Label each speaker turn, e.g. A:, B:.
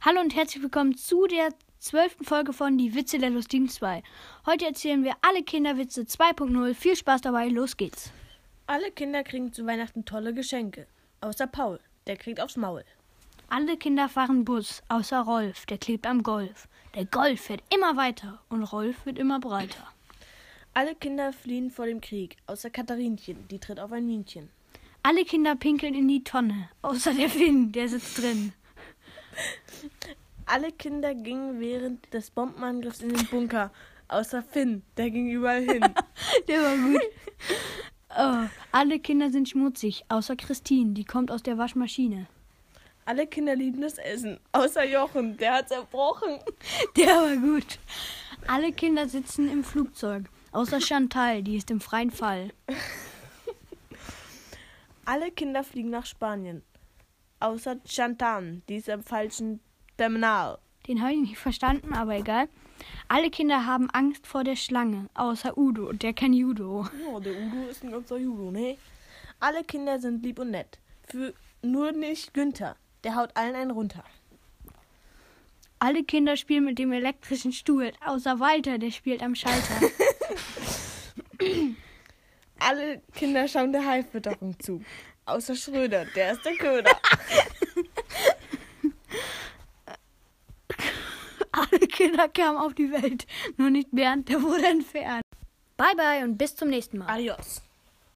A: Hallo und herzlich willkommen zu der zwölften Folge von Die Witze der Lustigen 2. Heute erzählen wir alle Kinderwitze 2.0. Viel Spaß dabei, los geht's.
B: Alle Kinder kriegen zu Weihnachten tolle Geschenke. Außer Paul, der kriegt aufs Maul.
A: Alle Kinder fahren Bus, außer Rolf, der klebt am Golf. Der Golf fährt immer weiter und Rolf wird immer breiter.
B: Alle Kinder fliehen vor dem Krieg, außer Katharinchen, die tritt auf ein Minchen.
A: Alle Kinder pinkeln in die Tonne, außer der Finn, der sitzt drin.
B: Alle Kinder gingen während des Bombenangriffs in den Bunker, außer Finn, der ging überall hin.
A: Der war gut. Oh, alle Kinder sind schmutzig, außer Christine, die kommt aus der Waschmaschine.
B: Alle Kinder lieben das Essen, außer Jochen, der hat's erbrochen.
A: Der war gut. Alle Kinder sitzen im Flugzeug, außer Chantal, die ist im freien Fall.
B: Alle Kinder fliegen nach Spanien, außer Chantan, die ist im falschen Terminal.
A: Den habe ich nicht verstanden, aber egal. Alle Kinder haben Angst vor der Schlange, außer Udo, der kann Judo.
B: Ja, Oh, der Udo ist ein ganzer Judo, ne? Alle Kinder sind lieb und nett, für nur nicht Günther, der haut allen einen runter.
A: Alle Kinder spielen mit dem elektrischen Stuhl, außer Walter, der spielt am Schalter.
B: Alle Kinder schauen der Haifwitterung zu. Außer Schröder, der ist der Köder.
A: Alle Kinder kamen auf die Welt, nur nicht Bernd, der wurde entfernt. Bye bye und bis zum nächsten Mal.
B: Adios.